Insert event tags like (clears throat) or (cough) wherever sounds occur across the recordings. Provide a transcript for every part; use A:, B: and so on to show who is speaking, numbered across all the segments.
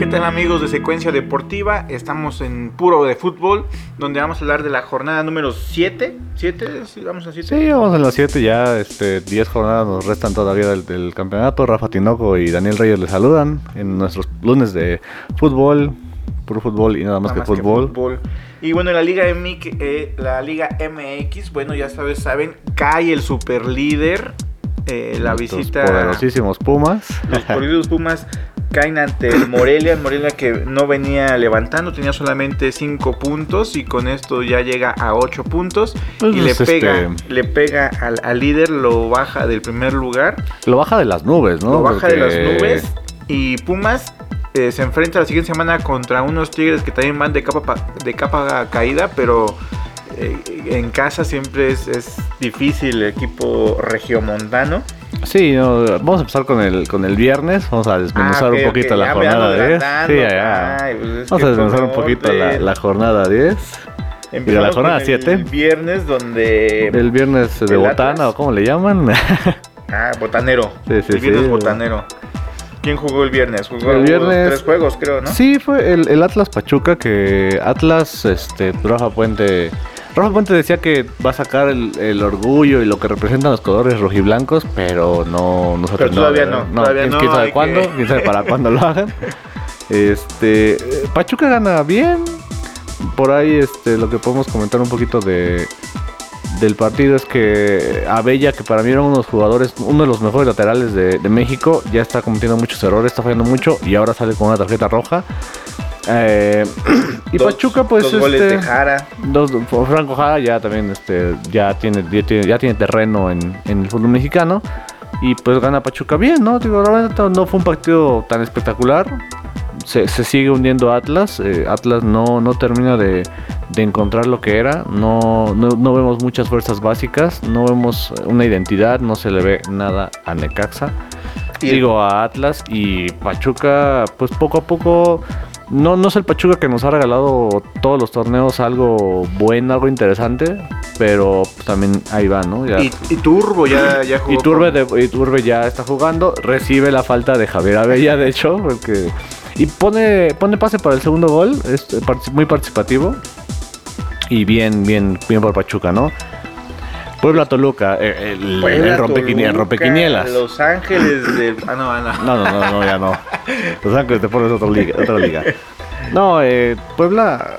A: están amigos de Secuencia Deportiva? Estamos en Puro de Fútbol, donde vamos a hablar de la jornada número 7. ¿7? ¿Sí, vamos a 7.
B: Sí, vamos a las 7 ya, este, 10 jornadas nos restan todavía del, del campeonato. Rafa Tinoco y Daniel Reyes les saludan en nuestros lunes de fútbol, puro fútbol y nada más,
A: Nada
B: que, fútbol.
A: Y bueno, en la Liga, MX, eh, la Liga MX, bueno, ya sabes, saben, cae el superlíder. eh, la
B: Nuestros
A: visita.
B: Poderosísimos Pumas.
A: Los corridos Pumas caen ante el Morelia. El Morelia que no venía levantando, tenía solamente 5 puntos y con esto ya llega a 8 puntos.
B: Pues,
A: y le
B: este-
A: pega, le pega al, al líder, lo baja del primer lugar,
B: (laughs) Lo baja de las nubes, ¿no?
A: lo baja de las
B: Porque
A: nubes. Y Pumas eh, se enfrenta la siguiente semana contra unos Tigres que también van de capa, pa- de capa caída, pero. eh, En casa siempre es, es difícil el equipo regiomontano.
B: Sí, no, vamos a empezar con el, con el viernes. Vamos a desmenuzar
A: Ah, ok,
B: un poquito
A: ok,
B: la
A: ya me
B: jornada
A: ando
B: 10.
A: adelantando,
B: Sí, ya, ya.
A: ay, pues es
B: Vamos
A: que
B: a desmenuzar
A: por
B: un poquito la,
A: orden.
B: la jornada 10.
A: Empezamos
B: Mira, la jornada
A: con el
B: siete.
A: Viernes, donde.
B: El viernes de
A: el
B: botana,
A: Atlas.
B: o como le llaman.
A: Ah, botanero.
B: Sí, sí,
A: el viernes
B: sí.
A: botanero. ¿Quién jugó el viernes? Jugó
B: El viernes-
A: tres juegos, creo, ¿no?
B: Sí, fue el, el Atlas Pachuca que Atlas, este, Rafa Puente. Rafa Puente decía que va a sacar el, el orgullo y lo que representan los colores rojiblancos, pero no, no se
A: Pero
B: terminó
A: todavía
B: de-
A: no, todavía
B: quién,
A: no,
B: quién
A: hay
B: sabe
A: que-
B: cuándo, quién sabe para cuándo
A: (laughs)
B: lo hagan. Este, eh, Pachuca gana bien. Por ahí, este, lo que podemos comentar un poquito de del partido es que Abella, que para mí era uno de los jugadores, uno de los mejores laterales de, de México, ya está cometiendo muchos errores, está fallando mucho y ahora sale con una tarjeta roja. Eh, (clears throat) y
A: Dos-
B: Pachuca, pues.
A: Dos goles
B: este,
A: de Jara.
B: dos- pues, Franco Jara ya también este, ya, tiene, ya, tiene, ya tiene terreno en, en el fútbol mexicano. Y pues gana Pachuca bien, ¿no? Digo, la verdad, no fue un partido tan espectacular. Se, se sigue hundiendo Atlas. eh, Atlas no, no termina de, de encontrar lo que era. No, no, no vemos muchas fuerzas básicas. No vemos una identidad. No se le ve nada a Necaxa
A: Y-
B: digo a Atlas y Pachuca pues poco a poco no no es el Pachuca que nos ha regalado todos los torneos algo bueno algo interesante pero pues, también ahí va no ya
A: Y, y Turbo ya, ya jugó.
B: y Turbe,
A: con-
B: de- y Turbe ya está jugando, recibe la falta de Javier Abella, de hecho, porque... Y pone, pone pase para el segundo gol, es partic- muy participativo. Y bien, bien, bien por Pachuca, ¿no? Puebla Toluca, eh, el,
A: Puebla,
B: el rompequinie-
A: Toluca,
B: rompequinielas.
A: Los Ángeles de. Ah, no, ah, no.
B: No, no, no, no, ya no. Los Ángeles te pones otra liga. Otra liga. No, eh, Puebla.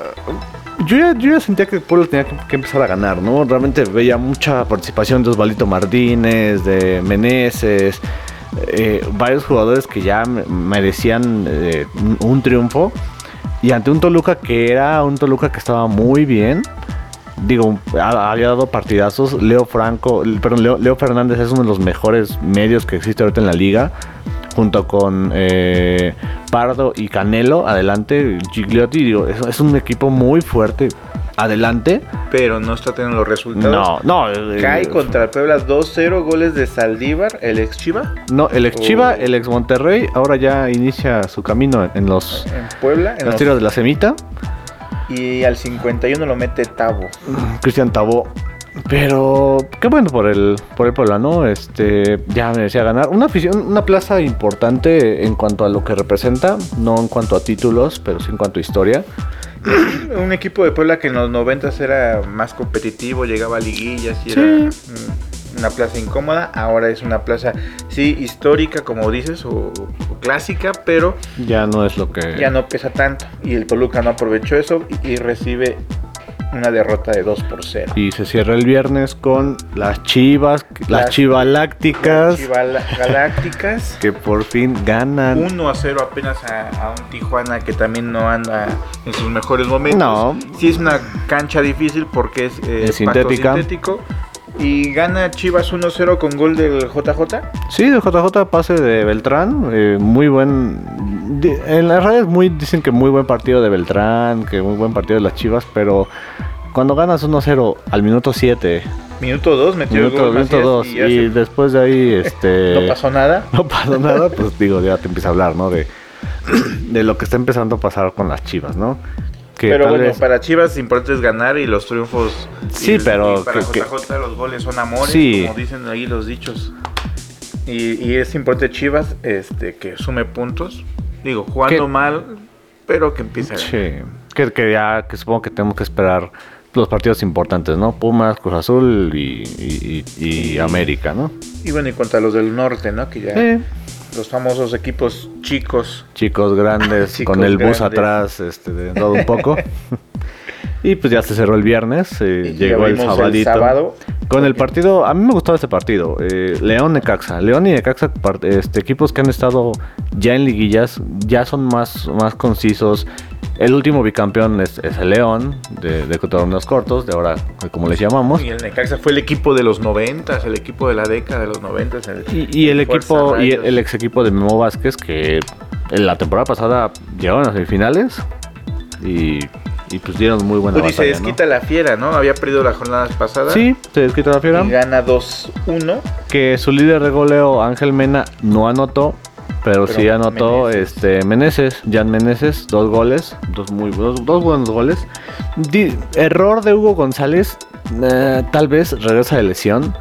B: Yo ya, yo ya sentía que Puebla tenía que, que empezar a ganar, ¿no? Realmente veía mucha participación de Osvalito Martínez, de Meneses, eh, varios jugadores que ya me- merecían eh, un- un triunfo. Y ante un Toluca que era un Toluca que estaba muy bien. Digo, ha- había dado partidazos. Leo Franco, el- perdón, Leo, Leo Fernández es uno de los mejores medios que existe ahorita en la liga. Junto con eh, Pardo y Canelo, adelante. Gigliotti, digo, es, es un equipo muy fuerte. Adelante.
A: Pero no está teniendo los resultados.
B: No, no. eh,
A: Cae contra el Puebla 2-0, goles de Saldívar, el ex Chiva,
B: No, el ex Chiva,
A: Oh.
B: el ex Monterrey, ahora ya inicia su camino en- en los,
A: en Puebla. en
B: los
A: los-
B: tiros de la semita.
A: y al 51 lo mete Tabo.
B: Cristian Tabó. Pero qué bueno por el por el Puebla, ¿no? Este, ya merecía ganar. Una afición, una plaza importante en cuanto a lo que representa, no en cuanto a títulos, pero sí en cuanto a historia.
A: Un equipo de Puebla que en los 90 era más competitivo, llegaba a liguillas y
B: Sí.
A: era mm, una plaza incómoda. Ahora es una plaza, sí, histórica, como dices, o, o clásica, pero
B: Ya no es lo que
A: ya no pesa tanto. Y el Toluca no aprovechó eso y, y recibe una derrota de 2 por 0.
B: y se cierra el viernes con las Chivas, las,
A: Las-
B: Chivalácticas
A: Galácticas.
B: que por fin ganan.
A: 1 a 0 apenas a, a un Tijuana que también no anda en sus mejores momentos.
B: No.
A: Sí es una cancha difícil porque es, eh,
B: Es
A: pasto
B: sintética.
A: sintético. Y gana Chivas 1-0 con gol del JJ.
B: Sí, de JJ pase de Beltrán, eh, muy buen... di- en las redes muy, dicen que muy buen partido de Beltrán, que muy buen partido de las Chivas, pero cuando ganas 1-0 al minuto 7,
A: Minuto 2 metió el
B: minuto,
A: gol.
B: minuto
A: Macías
B: 2, y,
A: ya se-
B: después de ahí
A: (laughs)
B: este,
A: no pasó nada.
B: (laughs) no pasó nada, pues digo, ya te empieza a hablar, ¿no? De, (clears throat) de lo que está empezando a pasar con las Chivas, ¿no? Que
A: Pero
B: tal
A: bueno,
B: vez-
A: para Chivas importante es ganar y los triunfos.
B: Sí,
A: y-
B: pero
A: y para
B: que-
A: JJ los goles son amores,
B: Sí.
A: como dicen ahí los dichos. Y, y es importante Chivas este, que sume puntos. Digo, jugando
B: Que-
A: mal, espero que empiece a ganar.
B: Sí, que, que ya que supongo que tenemos que esperar los partidos importantes, ¿no? Pumas, Cruz Azul y, y- y- y América, ¿no?
A: Y bueno, y contra los del norte, ¿no? Que ya
B: Sí.
A: los famosos equipos chicos.
B: Chicos grandes,
A: (laughs) Chicos
B: con el bus
A: grandes.
B: atrás, este, de todo un
A: (laughs)
B: poco. y pues ya se cerró el viernes, eh,
A: Y ya
B: llegó el
A: vimos el
B: sabadito.
A: sábado.
B: Con el partido, a mí me gustaba ese partido, eh, León Necaxa. León y Necaxa, par- este, equipos que han estado ya en liguillas, ya son más, más concisos. El último bicampeón es, es el León, de, de torneos cortos, de ahora, como les llamamos.
A: Y el Necaxa fue el equipo de los noventas, el equipo de la década de los noventas. el-
B: Y, y el
A: Fuerza
B: equipo, y el,
A: Rayos.
B: el ex equipo de Memo Vázquez, que en la temporada pasada llegaron a semifinales y, y pues dieron muy buena
A: Uri se
B: batalla, ¿no?
A: desquita la fiera, ¿no? Había perdido las jornadas pasadas.
B: Sí, se desquita la fiera.
A: Y gana 2-1.
B: Que su líder de goleo, Ángel Mena, no anotó, pero,
A: Pero
B: sí anotó
A: Meneses.
B: este Meneses, Jan Meneses, dos goles, dos muy dos, dos buenos goles. Di- error de Hugo González, eh, tal vez regresa de lesión,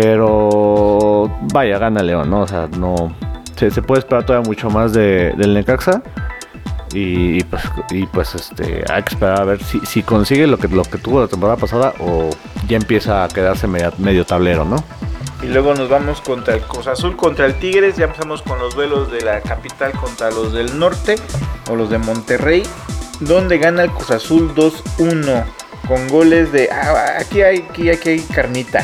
B: pero vaya, gana León, ¿no? O sea, no se, se puede esperar todavía mucho más de, del Necaxa. Y, y pues, y pues este, hay que esperar a ver si, si consigue lo que, lo que tuvo la temporada pasada o ya empieza a quedarse media- medio tablero, ¿no?
A: Y luego nos vamos contra el Cruz Azul, contra el Tigres. Ya empezamos con los duelos de la capital contra los del norte o los de Monterrey. Donde gana el Cruz Azul 2-1. Con goles de. ah, aquí hay, aquí, aquí hay carnita.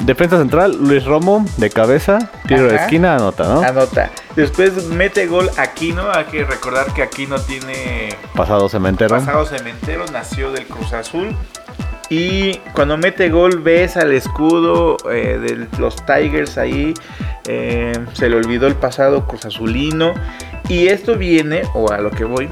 B: Defensa central, Luis Romo, de cabeza, tiro de
A: Ajá.
B: esquina, anota, ¿no?
A: Anota. Después mete gol Aquino. Hay que recordar que Aquino tiene
B: Pasado cementero.
A: pasado cementero, nació del Cruz Azul. Y cuando mete gol, ves al escudo eh, de los Tigers ahí. eh, se le olvidó el pasado Cruz Azulino. Y esto viene, o a lo que voy,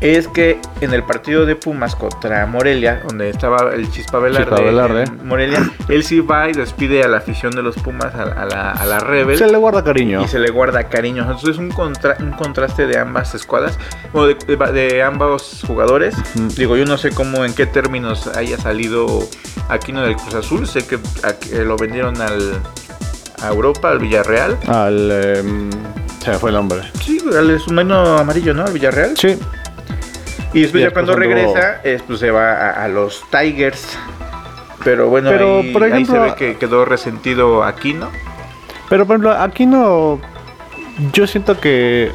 A: es que en el partido de Pumas contra Morelia, donde estaba el Chispa Velarde,
B: Chispa Velarde.
A: en Morelia, él sí va y despide a la afición de los Pumas, a, la- a la, a la Rebel
B: Se le guarda cariño.
A: y se le guarda cariño. Entonces es un, contra- un contraste de ambas escuadras, o de, de- de ambos jugadores.
B: Ujú.
A: Digo, yo no sé cómo, en qué términos haya salido Aquino del Cruz Azul. Sé que a- que lo vendieron al, a Europa, al Villarreal.
B: Al. em, se me fue el nombre.
A: Sí, al submarino amarillo, ¿no? Al Villarreal.
B: Sí,
A: Y después
B: Y
A: ya cuando
B: después anduvo-
A: regresa, es, pues se va a, a los Tigers. Pero bueno,
B: Pero,
A: ahí,
B: por
A: ahí se
B: ejemplo,
A: ve que quedó resentido Aquino.
B: Pero por ejemplo, aquí no. Yo siento que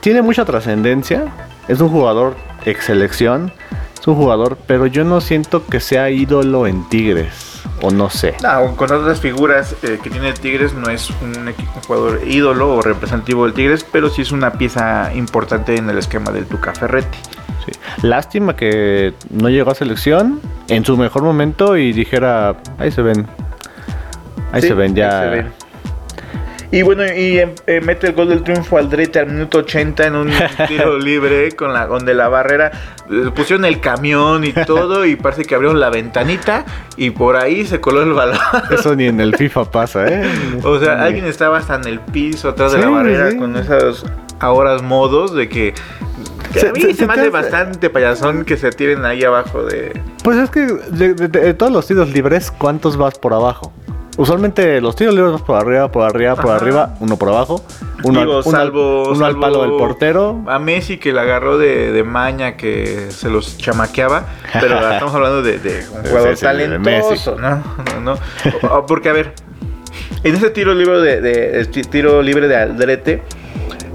B: tiene mucha trascendencia. Es un jugador ex selección. Es un jugador, pero yo no siento que sea ídolo en Tigres. O no sé.
A: No, con otras figuras eh, que tiene Tigres no es un, equi- un jugador ídolo o representativo del Tigres, pero sí es una pieza importante en el esquema del Tuca Ferretti.
B: Sí. Lástima que no llegó a selección en su mejor momento y dijera, ahí se ven. Ahí
A: Sí,
B: se ven ya.
A: ahí se ven. Y bueno, y eh, eh, mete el gol del triunfo al Drete al minuto 80
B: (laughs)
A: en un tiro libre con la donde la barrera eh, pusieron el camión y todo y parece que abrieron la ventanita y por ahí se coló el balón.
B: (laughs) Eso ni en el FIFA pasa, ¿eh?
A: O sea, alguien estaba hasta en el piso, atrás de
B: Sí,
A: la barrera,
B: sí.
A: con esos ahora modos de que. que
B: Se-
A: a mí
B: se-
A: se,
B: se
A: me hace
B: te hace-
A: bastante payasón que se tiren ahí abajo de.
B: Pues es que de, de- de todos los tiros libres, ¿cuántos vas por abajo? Usualmente los tiros libres vas por arriba, por arriba, por
A: Ajá.
B: arriba, uno por abajo, uno,
A: Digo,
B: al, uno al-
A: salvo-
B: uno al
A: salvo-
B: palo del portero.
A: A Messi que la agarró de, de maña, que se los chamaqueaba,
B: (laughs)
A: pero estamos hablando de, de un
B: Sí,
A: jugador
B: sí, de Messi.
A: talentoso, ¿no? No, no. O- o porque, a ver, en ese tiro libre de, de- el ti- tiro libre de Aldrete.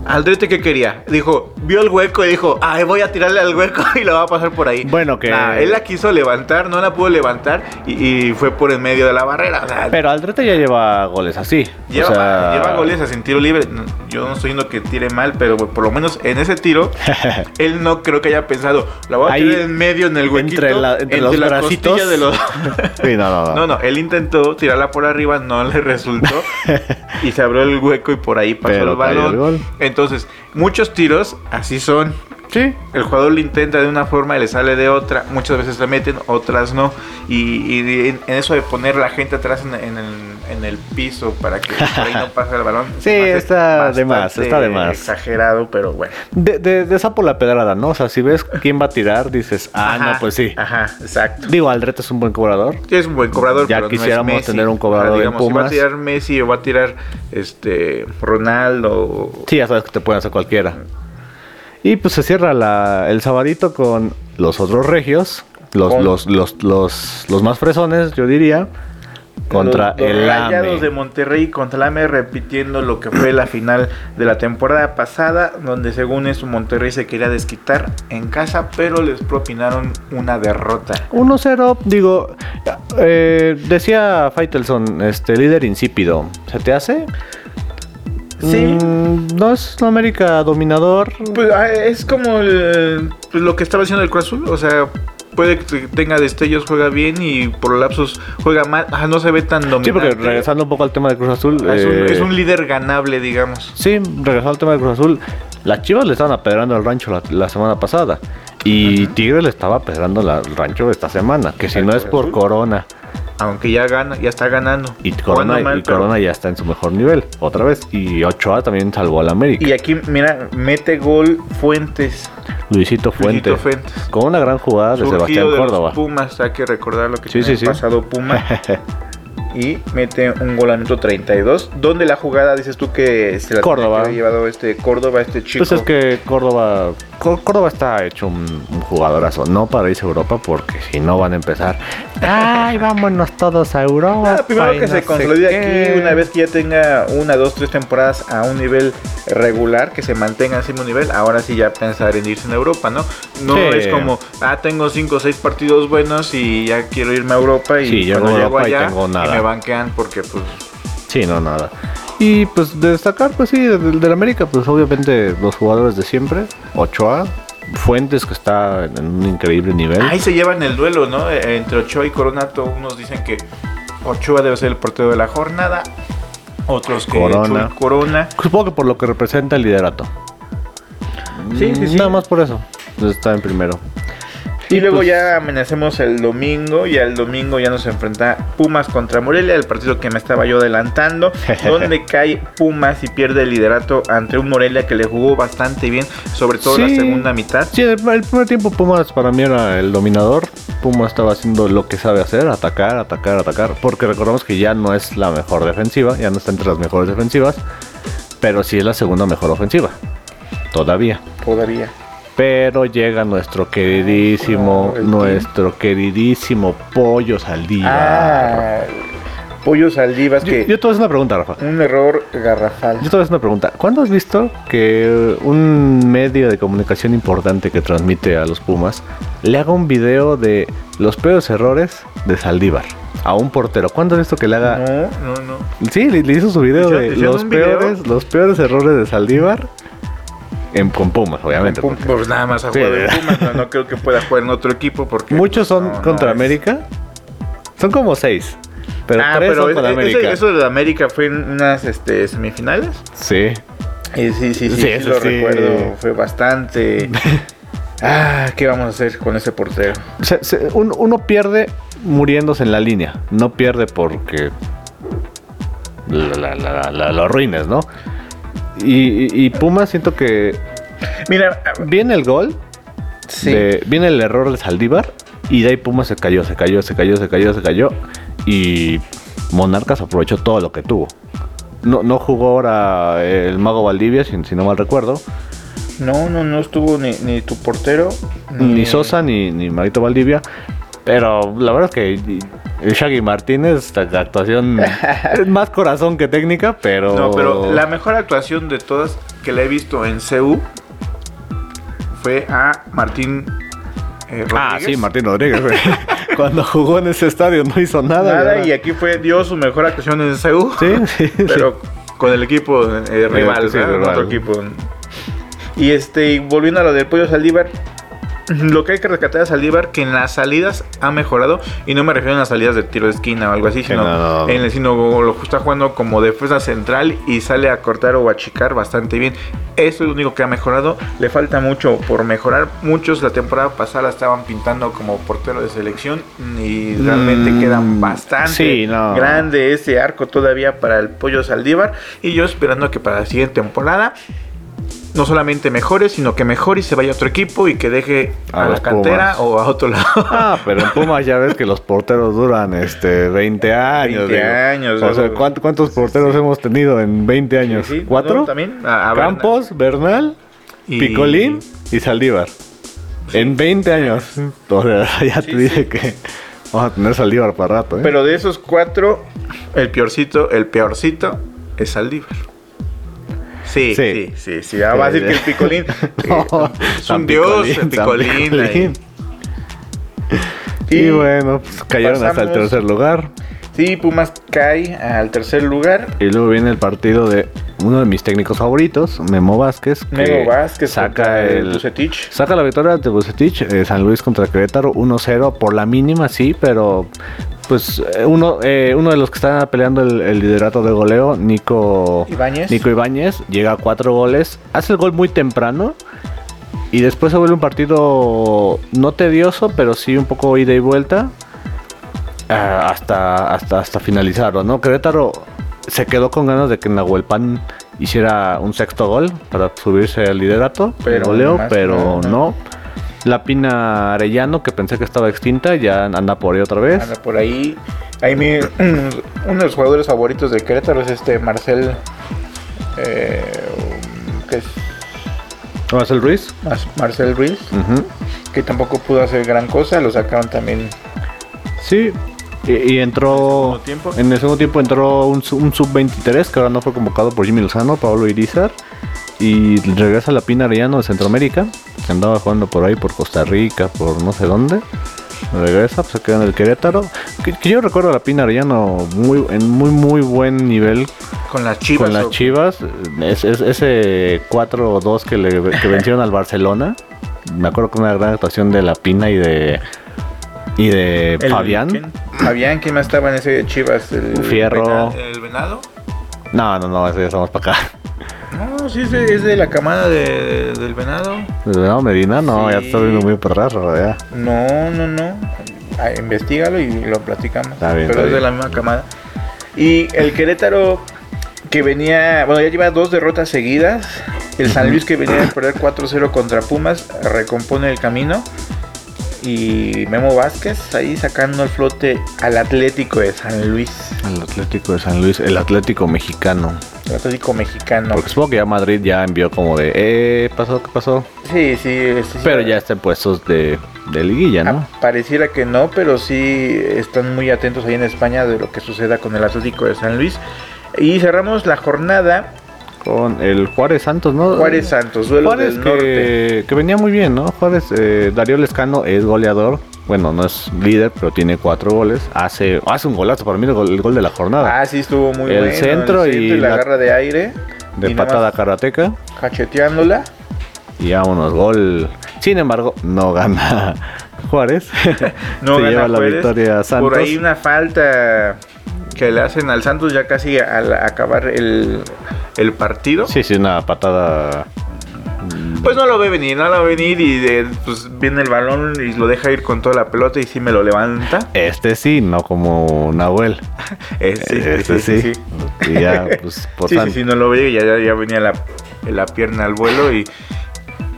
A: Aldrete, ¿qué quería? Dijo, vio el hueco y dijo, ay, voy a tirarle al hueco (laughs) y la va a pasar por ahí.
B: Bueno, que-
A: Nah, él la quiso levantar, no la pudo levantar y, y fue por en medio de la barrera. o sea,
B: Pero Aldrete ya lleva goles así. o
A: Lleva,
B: sea,
A: lleva goles sin tiro libre. No, Yo no estoy diciendo que tire mal, pero por lo menos en ese
B: (laughs)
A: tiro, él no creo que haya pensado. La voy a
B: Ahí,
A: tirar en medio, en el huequito.
B: entre la- entre los
A: la
B: bracitos.
A: costilla de los-
B: Sí, no, (laughs) no,
A: (laughs)
B: no.
A: no, no, él intentó tirarla por arriba, no le
B: (laughs)
A: resultó. y se abrió el hueco y por ahí pasó
B: Pero
A: el
B: cayó
A: balón.
B: el gol.
A: Entonces, muchos tiros así son.
B: Sí,
A: El jugador lo intenta de una forma y le sale de otra. Muchas veces la meten, otras no. Y, y en, en eso de poner la gente atrás en, en el, en el piso para que por ahí
B: (laughs)
A: no pase el balón.
B: Sí,
A: se me hace
B: está de más,
A: bastante
B: está de más.
A: Exagerado, pero bueno.
B: de, de, de sapo la pedrada, ¿no? O sea, si ves quién va a tirar, dices, ah,
A: Ajá,
B: no, pues sí.
A: Ajá, exacto.
B: Digo, Aldrete es un buen cobrador.
A: Es un buen cobrador,
B: Ya
A: pero no es
B: quisiéramos
A: Messi.
B: tener un cobrador en
A: digamos, si va a
B: Pumas.
A: tirar Messi o va a tirar este Ronaldo. o-
B: Sí, ya sabes que te pueden hacer cualquiera. Y pues se cierra la- el sabadito con los otros regios, los,
A: Con-
B: los, los, los, los más fresones, yo diría, contra
A: los, los
B: el E.
A: Rayados de
B: AME.
A: Monterrey contra el AME repitiendo lo que fue la final de la temporada pasada, donde según eso Monterrey se quería desquitar en casa, pero les propinaron una derrota.
B: 1-0, digo, eh, decía Faitelson, este líder insípido, ¿se te hace?
A: Sí.
B: Mm, no es un América dominador.
A: Pues ah, es como el- pues, lo que estaba haciendo el Cruz Azul, o sea, puede que tenga destellos, juega bien y por lapsos juega mal, Ajá, no se ve tan dominante. Ah,
B: Sí, porque regresando un poco al tema de Cruz Azul.
A: es, un,
B: eh,
A: es un líder ganable, digamos.
B: Sí, regresando al tema de Cruz Azul, las Chivas le estaban apedrando al rancho la, la semana pasada y Tigre le estaba apedrando la- al rancho esta semana, que si
A: ¿Al
B: no es
A: Cruz
B: por
A: Azul?
B: Corona
A: Aunque ya gana, ya está ganando.
B: y
A: Jugando
B: Corona,
A: mal,
B: y
A: pero-
B: Corona ya está en su mejor nivel otra vez y Ochoa también salvó al América.
A: Y aquí, mira, mete gol Fuentes. Luisito
B: Luisito Fuentes
A: Fuentes.
B: con una gran jugada de Ah, Sebastián
A: Surgido de
B: Córdoba.
A: los Pumas, hay que recordar lo que
B: Sí,
A: tiene
B: sí, sí.
A: el pasado
B: (laughs)
A: Puma. y mete un gol al minuto 32. ¿Dónde la jugada dices tú que se la tenía
B: Córdoba.
A: que haber llevado este Córdoba, este chico?
B: Pues es que Córdoba, Có- Córdoba está hecho un, un jugadorazo, no para irse a Europa porque si no van a empezar. Ay, vámonos todos a Europa.
A: Ah, primero
B: y
A: que
B: no
A: se
B: sé
A: consolide
B: qué".
A: aquí, una vez que ya tenga una, dos, tres temporadas a un nivel regular, que se mantenga al mismo nivel, ahora sí ya pensar en irse en Europa, ¿no? No
B: Sí.
A: es como, ah, tengo cinco o seis partidos buenos y ya quiero irme a Europa y
B: Sí, llego
A: cuando
B: a
A: llego
B: Europa y
A: allá
B: tengo nada.
A: me banquean porque pues
B: Sí, no, nada. Y pues de destacar, pues sí, del, del América, pues obviamente los jugadores de siempre, Ochoa, Fuentes que está en un increíble nivel.
A: ahí se llevan el duelo, ¿no? Eh, Entre Ochoa y Coronato, unos dicen que Ochoa debe ser el portero de la jornada, otros que
B: Corona.
A: Chuy Corona.
B: Supongo que por lo que representa el liderato.
A: Sí, sí, sí.
B: Nada más por eso. Está en primero.
A: Y luego
B: pues-
A: ya amenacemos el domingo y al domingo ya nos enfrenta Pumas contra Morelia, el partido que me estaba yo
B: (laughs)
A: adelantando, donde cae Pumas y pierde el liderato ante un Morelia que le jugó bastante bien, sobre todo la
B: Sí.
A: segunda mitad.
B: Sí, el, el primer tiempo Pumas para mí era el dominador. Pumas estaba haciendo lo que sabe hacer, atacar, atacar, atacar. Porque recordamos que ya no es la mejor defensiva, ya no está entre las mejores defensivas, pero sí es la segunda mejor ofensiva. Todavía.
A: Todavía.
B: Pero llega nuestro queridísimo,
A: Ah, el
B: nuestro queridísimo Pollo Saldívar.
A: Ah, Pollo Saldivas
B: yo,
A: que
B: yo te voy a hacer una pregunta, Rafa.
A: un error garrafal.
B: Yo te voy a hacer una pregunta. ¿Cuándo has visto que un medio de comunicación importante que transmite a los Pumas le haga un video de los peores errores de Saldívar a un portero? ¿Cuándo has visto que le haga...
A: No, no, no.
B: Sí, le, le hizo su video
A: ¿Hicieron-
B: de
A: hicieron
B: los
A: un video?
B: peores, los peores errores de Saldívar en, con Pumas, obviamente.
A: Pum- Pues nada más a
B: Sí.
A: jugar en Pumas, no, no creo que pueda jugar en otro equipo porque
B: Muchos son
A: no, no,
B: contra
A: es-
B: América. Son como seis. Pero
A: Ah,
B: tres
A: pero
B: son
A: es-
B: para
A: es-
B: América.
A: eso de América fue en unas este, semifinales.
B: Sí.
A: Eh, sí, sí, sí,
B: Sí,
A: sí,
B: eso
A: lo
B: sí.
A: recuerdo. Fue (laughs) bastante. ah, ¿qué vamos a hacer con ese portero?
B: Se- se- un- uno pierde muriéndose en la línea. No pierde porque la, la, la- la- lo arruines, ¿no? Y, y- y Pumas siento que
A: Mira, ah,
B: viene el gol,
A: sí.
B: de- viene el error de Saldívar y de ahí Pumas se cayó, se cayó, se cayó, se cayó, se cayó. Y Monarcas aprovechó todo lo que tuvo. No, no jugó ahora el Mago Valdivia, si, si no mal recuerdo.
A: No, no, no estuvo ni, ni tu portero.
B: ni Sosa ni, ni Marito Valdivia. Pero la verdad es que el Shaggy Martínez, la, la (laughs) actuación es más corazón que técnica, pero.
A: No, pero la mejor actuación de todas que la he visto en CU fue a Martín eh,
B: Ah,
A: Rodríguez.
B: sí, Martín
A: (laughs)
B: Rodríguez. güey. Cuando jugó en ese estadio no hizo nada.
A: Nada,
B: ¿verdad?
A: y aquí fue, dio su mejor actuación en CU.
B: Sí, sí, sí.
A: (laughs) pero con el equipo eh, rival,
B: sí,
A: ¿verdad?
B: rival.
A: Otro equipo. Y este, y volviendo a lo del pollo Saldívar, Lo que hay que rescatar es a Saldívar, que en las salidas ha mejorado, y no me refiero a las salidas de tiro de esquina o algo así, sino,
B: no, no, no.
A: en el- sino lo está jugando como defensa central y sale a cortar o achicar bastante bien. Eso es lo único que ha mejorado. Le falta mucho por mejorar. Muchos la temporada pasada la estaban pintando como portero de selección y realmente
B: Mm,
A: quedan bastante
B: sí, no.
A: grande ese arco todavía para el pollo Saldívar. Y yo esperando que para la siguiente temporada no solamente mejore, sino que mejore y se vaya a otro equipo y que deje
B: A
A: a, la
B: los
A: cantera
B: Pumas.
A: o a otro
B: (laughs)
A: lado.
B: Ah, pero en Pumas ya ves que los porteros duran este 20 años.
A: 20 años,
B: O
A: ¿no?
B: sea, ¿cuánto- ¿cuántos porteros hemos tenido en 20 años?
A: Sí, sí,
B: ¿Cuatro?
A: ¿no? También. A- a Bernal.
B: Campos, Bernal,
A: Y-
B: Picolín y Saldívar. En 20 años. O sea, ya te
A: Sí,
B: dije que vamos a tener Saldívar para rato, ¿eh?
A: Pero de esos cuatro, el peorcito, el peorcito es Saldívar. Sí,
B: Sí.
A: sí, sí, sí. Ah, va a decir que el picolín eh,
B: (laughs) (laughs) No,
A: es
B: San
A: un dios,
B: Picolín,
A: el
B: San
A: picolín.
B: Picolín.
A: ahí.
B: Y, bueno, pues cayeron hasta el
A: pasamos-
B: tercer lugar.
A: Sí, Pumas cae al tercer lugar.
B: Y luego viene el partido de uno de mis técnicos favoritos, Memo Vázquez. que
A: Memo Vázquez
B: saca
A: contra
B: el.
A: Vucetich.
B: Saca la victoria ante Bucetich, eh, San Luis contra Querétaro 1-0, por la mínima sí, pero pues eh, uno, eh, uno de los que está peleando el, el liderato de goleo, Nico
A: Ibáñez.
B: Nico Ibáñez, llega a cuatro goles, hace el gol muy temprano y después se vuelve un partido no tedioso, pero sí un poco ida y vuelta ah, hasta, hasta, hasta finalizarlo, ¿no? Querétaro se quedó con ganas de que Nahuel Pan hiciera un sexto gol para subirse al liderato,
A: Pero
B: pero, goleo,
A: más
B: pero
A: no, no.
B: no. La Pina Arellano, que pensé que estaba extinta, ya anda por ahí otra vez.
A: Anda por ahí. Ahí mi- (clears throat) uno de los jugadores favoritos de Querétaro es este Marcel. eh, que es
B: Marcel Ruiz.
A: Mas- Marcel Ruiz,
B: Ujú.
A: que tampoco pudo hacer gran cosa. Lo sacaron también
B: Sí. Y, y
A: ¿En el segundo
B: entró.
A: tiempo?
B: En el segundo tiempo entró un, su- un sub-23 que ahora no fue convocado por Jimmy Lozano, Pablo Irizar. Y regresa la Pina Arellano de Centroamérica. Que andaba jugando por ahí, por Costa Rica, por no sé dónde. Regresa, pues se queda en el Querétaro. Que, que yo recuerdo a la Pina Arellano muy, en muy, muy buen nivel
A: con las chivas.
B: con las
A: o-
B: Chivas. Es, es- ese 4-2 que, le, que vencieron al Barcelona. Me acuerdo con una gran actuación de la Pina y de. Y de
A: el-
B: Fabián.
A: ¿quién? Fabián, ¿quién más estaba en ese de Chivas? El
B: Fierro.
A: Vena- ¿El Venado?
B: No, no, no, ese ya estamos para acá.
A: No, sí, es de, es de la camada de- del Venado.
B: (laughs) No, Medina, no,
A: Sí.
B: ya te está viendo muy para raro, ya.
A: No, no, no. Ah, investígalo y lo platicamos.
B: Está bien,
A: pero
B: está
A: es de
B: bien.
A: la misma camada. Y el Querétaro que venía, bueno, ya lleva dos derrotas seguidas. El San Luis que venía de perder 4-0 contra Pumas recompone el camino. Y Memo Vázquez ahí sacando el flote al Atlético de San Luis,
B: El Atlético de San Luis, el Atlético mexicano.
A: el Atlético mexicano.
B: Porque supongo que ya Madrid ya envió como de, eh, pasó, ¿qué pasó?
A: Sí, sí, sí, sí.
B: Pero ya está en puestos de, de liguilla, ¿no?
A: Ah, pareciera que no, pero sí están muy atentos ahí en España de lo que suceda con el Atlético de San Luis. Y cerramos la jornada
B: Con el Juárez Santos, ¿no?
A: Juárez Santos, duelo
B: Juárez
A: del norte.
B: que, que venía muy bien, ¿no? Juárez, eh, Darío Lescano es goleador. Bueno, no es líder, pero tiene cuatro goles. Hace, hace un golazo para mí, el gol, el gol de la jornada.
A: Ah, sí, estuvo muy
B: El
A: bueno.
B: centro y
A: la,
B: la-
A: garra de aire.
B: de
A: y nada
B: patada
A: más
B: karateca.
A: Cacheteándola.
B: Y vámonos, gol. Sin embargo, no gana (laughs) Juárez.
A: No
B: Se
A: gana
B: lleva la
A: Juárez.
B: victoria Santos.
A: Por ahí una falta que le hacen al Santos ya casi al acabar el, el partido.
B: Sí, sí, una patada.
A: Pues no lo ve venir, no lo ve venir y de- pues viene el balón y lo deja ir con toda la pelota y sí me lo
B: (laughs)
A: levanta.
B: Este sí, no como Nahuel.
A: Eh, sí, sí,
B: este sí.
A: sí, sí.
B: Y ya, pues, por
A: (laughs) sí,
B: tanto.
A: sí, sí, no lo veía, ya, ya- ya venía la, la pierna al vuelo y,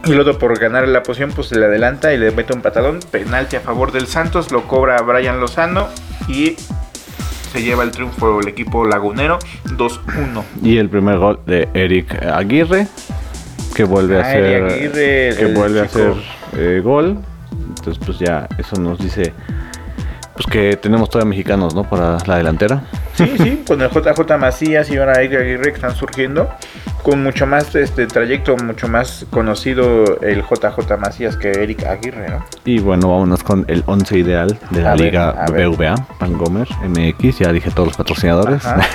A: y el otro por ganar la posición pues se le adelanta y le mete un patadón, penalti a favor del Santos, lo cobra Brian Lozano y se lleva el triunfo el equipo lagunero 2-1.
B: Y el primer gol de Eric Aguirre, que vuelve a
A: Ah,
B: ser.
A: Eric Aguirre, el-
B: que
A: el
B: vuelve a ser
A: chico.
B: eh, gol. Entonces, pues ya, eso nos dice. Pues que tenemos todavía mexicanos, ¿no? Para la delantera.
A: Sí, sí, con el JJ Macías y ahora Eric Aguirre que están surgiendo con mucho más este trayecto, mucho más conocido el JJ Macías que Eric Aguirre, ¿no?
B: Y bueno, vámonos con el 11 ideal de la
A: A ver,
B: Liga
A: a ver.
B: BVA, Pangomer, MX, ya dije todos los patrocinadores.
A: Ajá.
B: (laughs)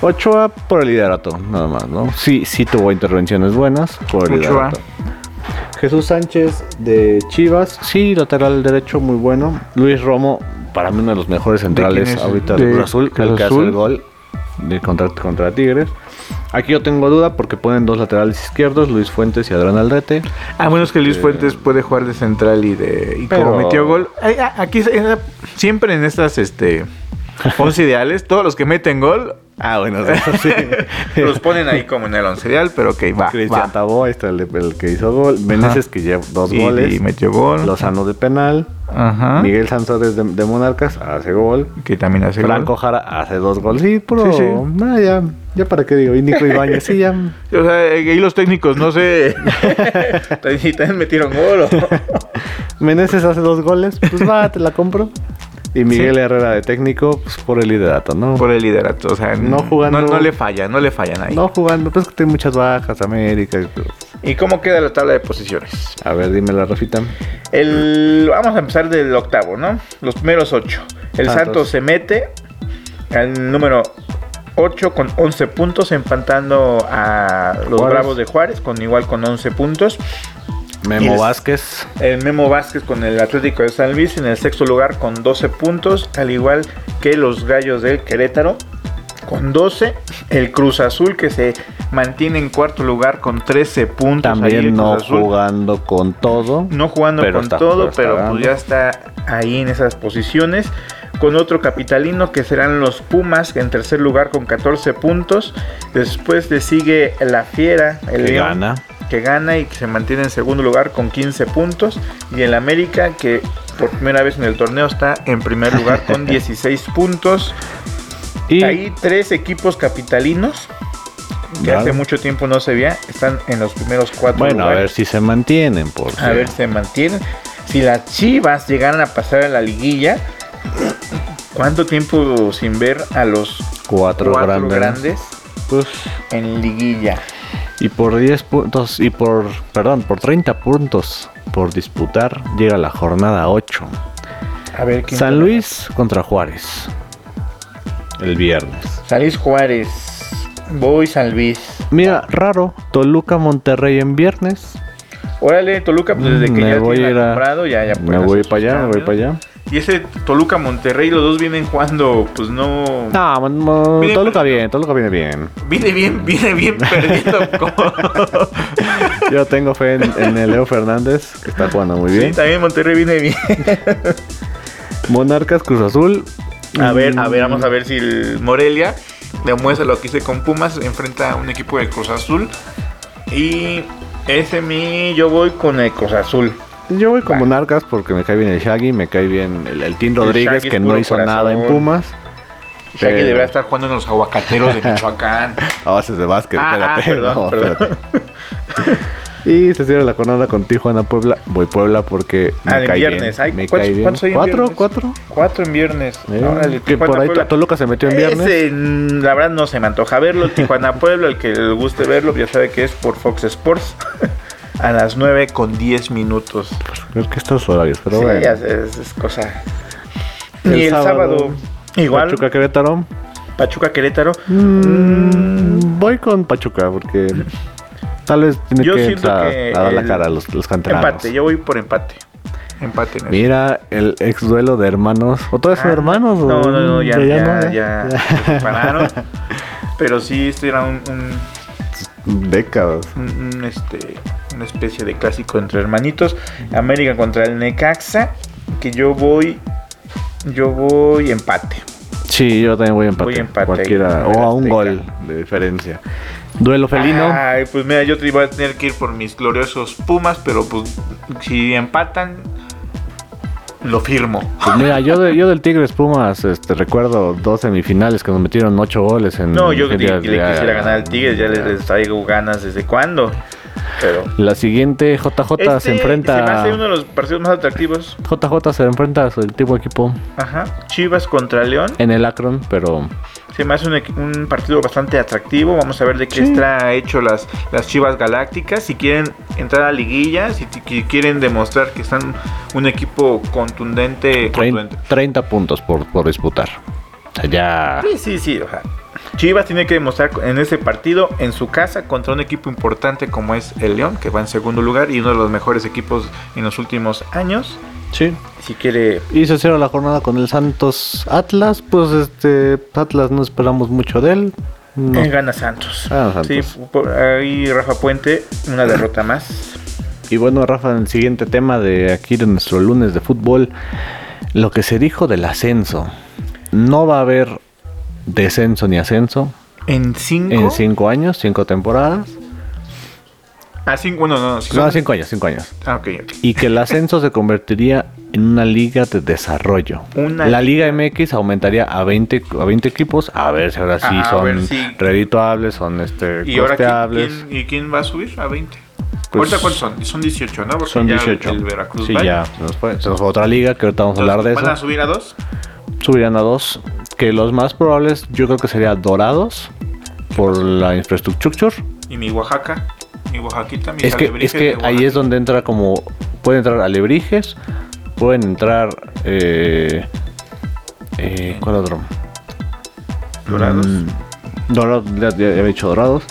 B: Ochoa por el liderato, nada más, ¿no? Sí, sí tuvo intervenciones buenas por el
A: Ochoa.
B: liderato. Jesús Sánchez de Chivas, sí, lateral derecho muy bueno. Luis Romo, para mí uno de los mejores centrales
A: quién es?
B: ahorita
C: De
B: de Cruz Azul,
C: Cruz
B: el que hace
C: Azul.
B: el gol de contra, contra Tigres. Aquí yo tengo duda porque ponen dos laterales izquierdos, Luis Fuentes y Adrián Aldrete.
A: A menos que Luis Fuentes puede jugar de central y de y
B: Pero-
A: como metió gol. Ay, a- Aquí eh, siempre en estas
B: (laughs)
A: este once ideales, todos los que meten gol
B: Ah, bueno, eso (laughs) sí.
A: los ponen ahí como en el once ideal, pero ok, va.
B: Cristian
A: Ah, va.
B: Tabó, ahí está el, el que hizo gol. Meneses que lleva dos
A: Y,
B: goles.
A: y metió gol.
B: Lozano de penal.
A: Ajá.
B: Miguel Sanzores de, de Monarcas hace gol.
A: Que también hace
B: Franco Jara hace dos goles. Sí, puro.
A: Sí, sí.
B: nah, ya, ya para qué digo.
A: (laughs)
B: Y Nico Ibañez, sí, ya.
A: gol. O sea, eh, ahí los técnicos, no
B: (laughs)
A: sé si también metieron gol o...
B: Meneses hace dos goles. Pues va, te la compro. Y Miguel Herrera de técnico, pues por el liderato, ¿no?
A: por el liderato. O sea,
B: No jugando-
A: No, no le falla, no le fallan ahí.
B: No jugando, pues que tiene muchas bajas, América. y- pues,
A: ¿Y cómo queda la tabla de posiciones?
B: A ver, dime la refita.
A: El, vamos a empezar del octavo, ¿no? Los primeros ocho. El
B: Santos.
A: Santos se mete al número 8 con 11 puntos, empatando a los
B: Juárez.
A: Bravos de Juárez, con igual con 11 puntos. Y
B: Memo
A: les- pues
B: Vázquez.
A: El Memo Vázquez con el Atlético de San Luis en el sexto lugar con 12 puntos, al igual que los Gallos del Querétaro con 12. El Cruz Azul que se mantiene en cuarto lugar con 13 puntos. Ahí el
B: También
A: Cruz
B: no
A: Azul
B: jugando con todo.
A: no jugando
B: Pero
A: con
B: está-
A: todo,
B: pero está
A: pero
B: dando.
A: pues ya está ahí en esas posiciones. Con otro capitalino que serán los Pumas, que en tercer lugar con 14 puntos. Después le sigue la Fiera, el
B: que
A: León,
B: gana.
A: que gana y que se mantiene en segundo lugar con 15 puntos. Y el América, que por primera vez en el torneo está en primer lugar
B: (laughs)
A: con 16 puntos.
B: Y
A: Ahí tres equipos capitalinos que
B: Vale.
A: hace mucho tiempo no se veía, están en los primeros cuatro
B: bueno, a
A: lugares.
B: ver si se mantienen. Porque...
A: A ver, se mantienen. Si las Chivas llegaran a pasar a la liguilla, ¿cuánto tiempo sin ver a los
B: Cuatro,
A: cuatro,
B: grandes.
A: grandes
B: Pues,
A: en liguilla?
B: y por 10 puntos, y por, perdón, por 30 puntos por disputar, llega la jornada 8.
A: A ver quién
B: San
A: gana?
B: Luis contra Juárez. El viernes.
A: San Luis Juárez. Voy San Luis.
B: Mira, raro, Toluca Monterrey en viernes.
A: Órale, Toluca, pues desde que
B: Mm, Me
A: ya
B: voy
A: tiene
B: a ir a-
A: comprado, ya, ya
B: Me
A: pueden
B: voy
A: hacer
B: para
A: sus
B: allá, me voy
A: cambios.
B: para allá.
A: Y ese Toluca Monterrey, los dos vienen cuando, pues no.
B: No, man- man,
A: Viene
B: Toluca bien, Toluca viene bien.
A: Viene bien, viene
B: (laughs)
A: bien perdiendo. como-
B: Yo tengo fe en, en el Leo Fernández, que está jugando muy
A: sí,
B: bien.
A: también Monterrey viene bien.
B: Monarcas Cruz Azul. Mm,
A: A ver, a ver, vamos a ver si el Morelia demuestra lo que hice con Pumas, enfrenta a un equipo del Cruz Azul. Y ese mi, yo voy con el Cruz Azul.
B: Yo voy con
A: Va.
B: Monarcas porque me cae bien el Shaggy, me cae bien el, el Tim
A: El
B: Rodríguez
A: Shaggy es
B: que
A: puro
B: no hizo
A: corazón.
B: nada en Pumas.
A: O sea que
B: Pero-
A: debería estar jugando en los aguacateros de
B: (laughs)
A: Michoacán.
B: A bases de básquet,
A: Ah, ah,
B: espérate.
A: perdón,
B: no,
A: perdón.
B: espérate. y se cierra la jornada con Tijuana Puebla. Voy Puebla porque me
A: Ah, de
B: cae
A: viernes.
B: bien.
A: Ay,
B: me
A: ¿cuántos-
B: cae bien.
A: cuántos hay en
B: ¿Cuatro?
A: viernes?
B: ¿Cuatro?
A: Cuatro en viernes.
B: Eh,
A: Órale,
B: que por
A: Tijuana,
B: ahí
A: Puebla.
B: Toluca se metió en viernes.
A: Ese, mm, la verdad no se me antoja verlo.
B: (laughs)
A: Tijuana Puebla, el que le guste verlo, ya sabe que es por Fox Sports. (laughs) A las 9 con 10 minutos.
B: Creo que estos horarios, pero
A: Sí,
B: bueno.
A: ya sé, es, es cosa.
B: El
A: y el sábado,
B: sábado,
A: igual.
B: Pachuca Querétaro.
A: Pachuca Querétaro.
B: Mm, voy con Pachuca porque tal vez tiene
A: Yo
B: que
A: siento
B: entrar
A: que
B: a dar la
A: el-
B: cara a los, los canteranos.
A: Empate, yo voy por empate. Empate. en eso.
B: Mira, el ex duelo de hermanos. ¿Otra vez son
A: Ah,
B: hermanos? o-
A: No, no, no, ya,
B: ya,
A: ya,
B: no,
A: ya,
B: (laughs) ya?
A: se separaron. Pero sí, esto era un, un-
B: Décadas.
A: un- un, este, una especie de clásico entre hermanitos. América contra el Necaxa, que yo voy, yo voy empate.
B: Sí, yo también voy a empate.
A: Voy a empate.
B: Cualquiera. O a un
A: Azteca.
B: gol de diferencia. Duelo felino.
A: Ay, pues mira, yo te iba a tener que ir por mis gloriosos Pumas, pero pues si empatan, lo firmo.
B: Pues mira, yo, de- yo del Tigres Pumas este, recuerdo dos semifinales que nos metieron ocho goles en.
A: No, yo que
B: ya-
A: le
B: Mm, ya-
A: quisiera ganar al Tigres, ya les, les traigo ganas desde cuándo. Pero
B: La siguiente JJ se
A: Este
B: enfrenta.
A: Se me hace uno de los partidos más atractivos.
B: JJ se enfrenta a su antiguo equipo
A: Ajá. Chivas contra León.
B: en el Akron, pero
A: Se me hace un, equi- un partido bastante atractivo. Vamos a ver de qué está hecho las, las Chivas Galácticas. Si quieren entrar a liguilla, si ti- que quieren demostrar que están un equipo contundente.
B: trein-
A: contundente.
B: 30 puntos por, por disputar. O sea, ya
A: Sí, sí, sí. o sea, Chivas tiene que demostrar en ese partido en su casa contra un equipo importante como es el León, que va en segundo lugar y uno de los mejores equipos en los últimos años.
B: Sí.
A: Si quiere,
B: Y se cierra la jornada con el Santos Atlas. Pues este Atlas no esperamos mucho de él. No.
A: eh, gana Santos.
B: Ah,
A: Sí,
B: Santos.
A: por ahí Rafa Puente, una derrota más.
B: Y bueno, Rafa, en el siguiente tema de aquí de nuestro lunes de fútbol, lo que se dijo del ascenso. No va a haber descenso ni ascenso
A: En cinco.
B: en cinco años, cinco temporadas.
A: Ah, cinco, no, no, no. si
B: No,
A: son-
B: cinco años, cinco años.
A: Ah, ok, ok.
B: Y que el ascenso se convertiría en una liga de desarrollo.
A: Una
B: la Liga MX aumentaría a 20, a 20 equipos. A ver si ahora sí
A: Ah, A
B: son
A: ver si-
B: redituables, son este,
A: ¿Y ahora
B: costeables.
A: quién, quién- y quién va a subir a 20?
B: Pues-
A: ¿Ahorita cuántos son? Son 18, ¿no? Porque
B: Son
A: ya
B: 18.
A: El Veracruz
B: sí,
A: va.
B: ya. Se nos, fue, se nos fue otra liga que ahorita vamos a hablar de
A: Entonces, ¿Van a
B: eso.
A: subir a dos?
B: Subirán a dos. Que los más probables yo creo que sería Dorados por la infraestructura.
A: Y mi Oaxaca, mi Oaxaquita, mi
B: Es que, es
A: Alebrijes
B: que
A: de
B: ahí
A: Oaxaca.
B: es donde entra como... Pueden entrar Alebrijes, pueden entrar... Eh, eh, ¿Cuál otro?
A: Dorados.
B: Mm, Dorados, ya, ya había dicho Dorados.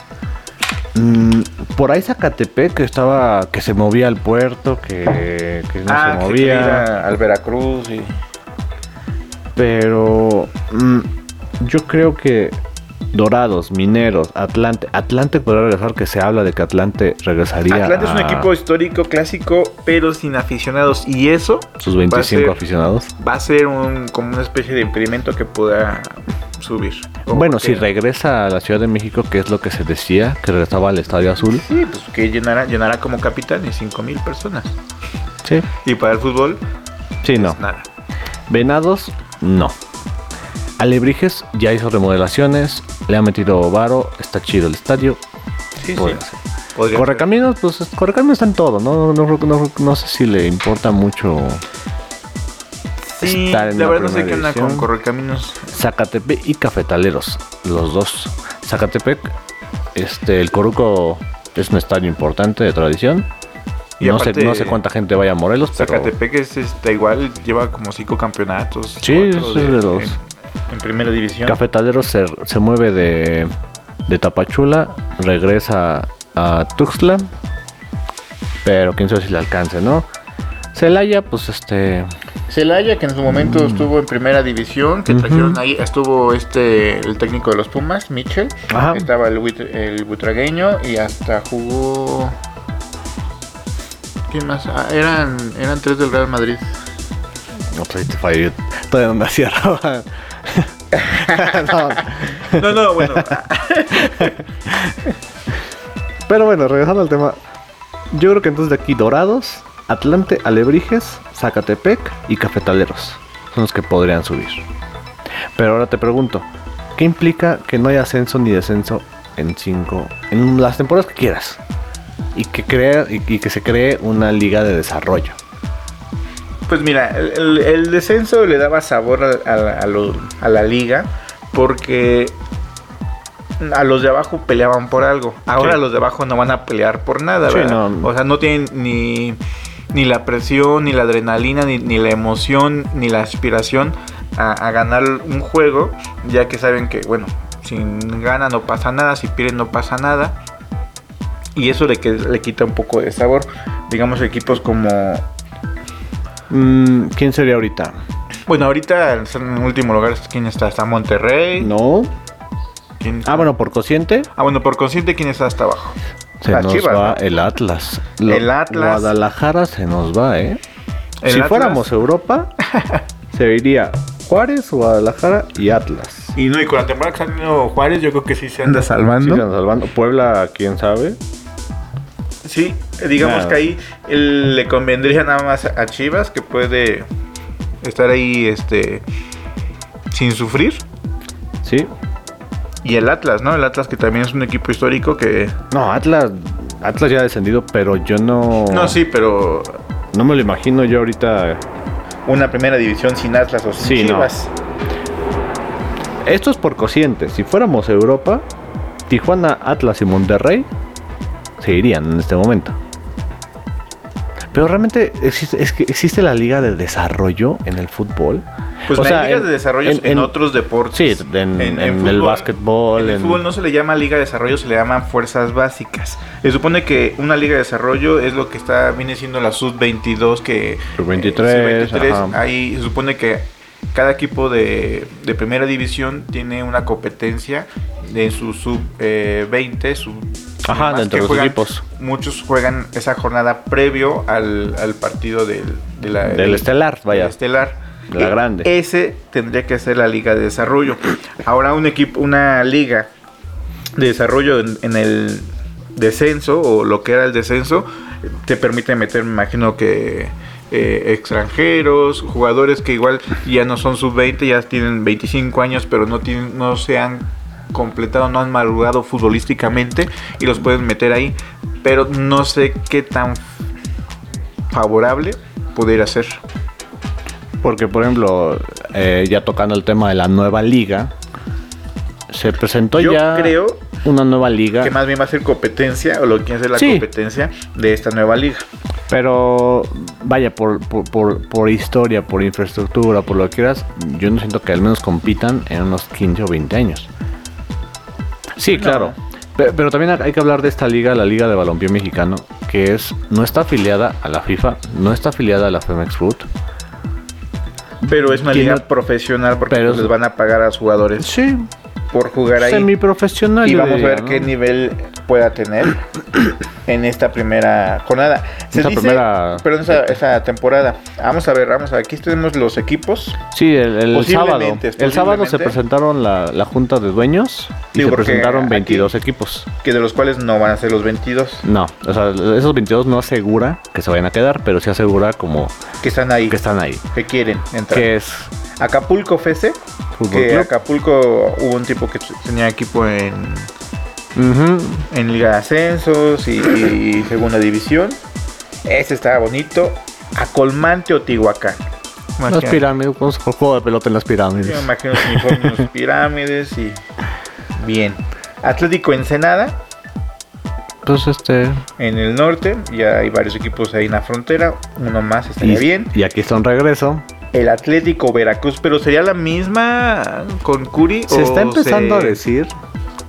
B: Mm, por ahí Zacatepec que estaba... Que se movía al puerto, que, que no
A: ah,
B: se
A: que quería ir
B: movía.
A: a- al Veracruz y...
B: Pero mm, yo creo que Dorados, Mineros, Atlante. Atlante podrá regresar, que se habla de que Atlante regresaría.
A: Atlante es un
B: a
A: equipo histórico, clásico, pero sin aficionados. Y eso
B: Sus
A: va a
B: 25
A: ser,
B: aficionados.
A: va a ser un, como una especie de impedimento que pueda subir. O
B: Bueno,
A: que-
B: si regresa a la Ciudad de México, que es lo que se decía, que regresaba al Estadio Azul.
A: Sí, pues que llenará, llenará como capital y 5.000 personas.
B: Sí.
A: Y para el fútbol, pues,
B: Sí, no.
A: nada.
B: Venados, no. Alebrijes ya hizo remodelaciones, le ha metido varo, está chido el estadio.
A: Sí,
B: Podría
A: sí.
B: ser.
A: Podría ser.
B: Correcaminos, pues Correcaminos está en todo, ¿no? No, no, no- no sé si le importa mucho
A: Sí,
B: estar en
A: la
B: la
A: verdad no sé qué
B: primera
A: onda con
B: división.
A: Correcaminos.
B: Zacatepec y Cafetaleros, los dos. Zacatepec, este, el Coruco es un estadio importante de tradición.
A: Y
B: no,
A: aparte,
B: sé, no sé cuánta gente vaya a Morelos, pero...
A: Zacatepec es, este, igual, lleva como cinco campeonatos.
B: Sí,
A: cuatro
B: es de los-
A: En, en primera división.
B: Cafetalero se, se mueve de, de Tapachula, regresa a Tuxtla, pero quién sabe si le alcance, ¿no? Celaya, pues este.
A: Celaya, que en su momento estuvo en primera división, que
B: Mm. Ujú.
A: trajeron ahí, estuvo este, el técnico de los Pumas, Mitchell.
B: Ajá.
A: Estaba el, Buit- el butragueño y hasta jugó... ¿Quién más? Ah, eran, eran tres del Real Madrid.
B: No sé si te falló. Todavía no me hacía (laughs) roba. No.
A: No, no, bueno. (laughs)
B: Pero bueno, regresando al tema. Yo creo que entonces de aquí Dorados, Atlante, Alebrijes, Zacatepec y Cafetaleros son los que podrían subir. Pero ahora te pregunto, ¿qué implica que no haya ascenso ni descenso en cinco, en las temporadas que quieras? Y que, crea, y, y que se cree una liga de desarrollo.
A: Pues mira, el, el- el descenso le daba sabor a, a la- a lo- a la liga porque a los de abajo peleaban por algo. Ahora
B: Sí.
A: los de abajo no van a pelear por nada,
B: Sí,
A: ¿verdad?
B: no.
A: O sea, no tienen ni, ni la presión, ni la adrenalina, ni, ni la emoción, ni la aspiración a, a ganar un juego, ya que saben que, bueno, si ganan no pasa nada, si pierden no pasa nada. Y eso le, que- le quita un poco de sabor. Digamos equipos como
B: Mm, ¿Quién sería ahorita?
A: Bueno, ahorita en último lugar, ¿quién está? ¿Está Monterrey?
B: No.
A: ¿Quién está?
B: Ah, bueno, por cociente
A: Ah, bueno, por consciente, ¿quién está hasta abajo?
B: se
A: Las
B: nos
A: Chivas,
B: va
A: ¿no?
B: el Atlas.
A: El Atlas.
B: Guadalajara se nos va, ¿eh?
A: El
B: si
A: Atlas. (laughs)
B: fuéramos Europa, se iría Juárez, Guadalajara y Atlas.
A: Y no, y con la temporada que está teniendo Juárez, yo creo que sí se anda
B: Sí,
A: salvando.
B: están salvando. Puebla, quién sabe.
A: Sí, digamos
B: Nada.
A: que ahí el- le convendría nada más a Chivas, que puede estar ahí este sin sufrir.
B: Sí.
A: Y el Atlas, ¿no? El Atlas que también es un equipo histórico que...
B: No, Atlas. Atlas ya ha descendido, pero yo no.
A: No, sí, pero
B: No me lo imagino yo ahorita.
A: una primera división sin Atlas o sin
B: Sí, no.
A: Chivas.
B: Esto es por cociente. Si fuéramos Europa, Tijuana, Atlas y Monterrey se irían en este momento. Pero realmente existe, es que existe la liga de desarrollo en el fútbol.
A: Pues
B: O
A: no hay
B: sea,
A: ligas
B: en-
A: de desarrollo en, otros deportes.
B: Sí, en- en el básquetbol,
A: En el
B: en-
A: fútbol no se le llama liga de desarrollo, se le llaman fuerzas básicas. Se supone que una liga de desarrollo es lo que está viene siendo la sub-22 que...
B: Sub-23,
A: eh, sub-23,
B: ajá.
A: ahí se supone que cada equipo de, de primera división tiene una competencia en su eh, sub-20, sub...
B: Ajá,
A: demás,
B: dentro
A: que
B: de los
A: juegan-
B: equipos.
A: Muchos juegan esa jornada previo al, al partido del, de la-
B: Del estelar, vaya.
A: del Estelar.
B: De la
A: Eh,
B: grande.
A: Ese tendría que ser la liga de desarrollo. Ahora un equipo, una liga de desarrollo en, en el descenso o lo que era el descenso te permite meter, me imagino que eh, extranjeros, jugadores que igual ya no son sub 20, ya tienen 25 años, pero no tienen, no se han completado, no han madurado futbolísticamente y los pueden meter ahí, pero no sé qué tan favorable pudiera ser.
B: Porque, por ejemplo, eh, ya tocando el tema de la nueva liga, se presentó
A: Yo
B: ya
A: creo
B: una nueva liga.
A: que más bien va a ser competencia o lo que es la
B: Sí.
A: competencia de esta nueva liga.
B: Pero vaya, por, por, por- por historia, por infraestructura, por lo que quieras, yo no siento que al menos compitan en unos 15 o 20 años. Sí, claro. Pe- Pero, también hay que hablar de esta liga, la Liga de Balompié Mexicano, que es no está afiliada a la FIFA, no está afiliada a la Femex Foot.
A: Pero es una
B: Tiene-
A: liga profesional porque
B: Pero
A: pues,
B: es-
A: les van a pagar a los jugadores
B: Sí,
A: por jugar ahí.
B: semiprofesional.
A: Y
B: yo
A: vamos a
B: diría,
A: ver
B: ¿no?
A: qué nivel pueda
B: (coughs)
A: tener en esta primera jornada. Se
B: Esta
A: dice-
B: primera-
A: Perdón, esa, esa temporada. Vamos a ver, vamos a Aquí tenemos los equipos.
B: Sí, el, el sábado.
A: Posiblemente,
B: El sábado se
A: posiblemente.
B: presentaron la, la junta de dueños y
A: Digo,
B: se
A: porque
B: presentaron
A: aquí-
B: 22 equipos.
A: Que de los cuales no van a ser los 22
B: No, o sea, esos 22 no asegura que se vayan a quedar, pero sí asegura como
A: que están ahí,
B: que están ahí.
A: que quieren entrar.
B: Que es
A: Acapulco FC,
B: Fútbol
A: que
B: Club.
A: Acapulco hubo un tipo que tenía equipo en,
B: ujú,
A: en Liga de Ascensos y, y Segunda División. Ese estaba bonito. Acolmante o Tihuacán.
B: las pirámides, vamos por juego de pelota en las pirámides.
A: Yo me imagino los uniformes, los pirámides y. Bien. Atlético Ensenada,
B: Entonces, este.
A: en el norte. Ya hay varios equipos ahí en la frontera. Uno más estaría
B: Y,
A: bien.
B: y aquí está un regreso.
A: El Atlético Veracruz, pero sería la misma con Curi.
B: Se
A: o
B: está empezando
A: se-
B: a decir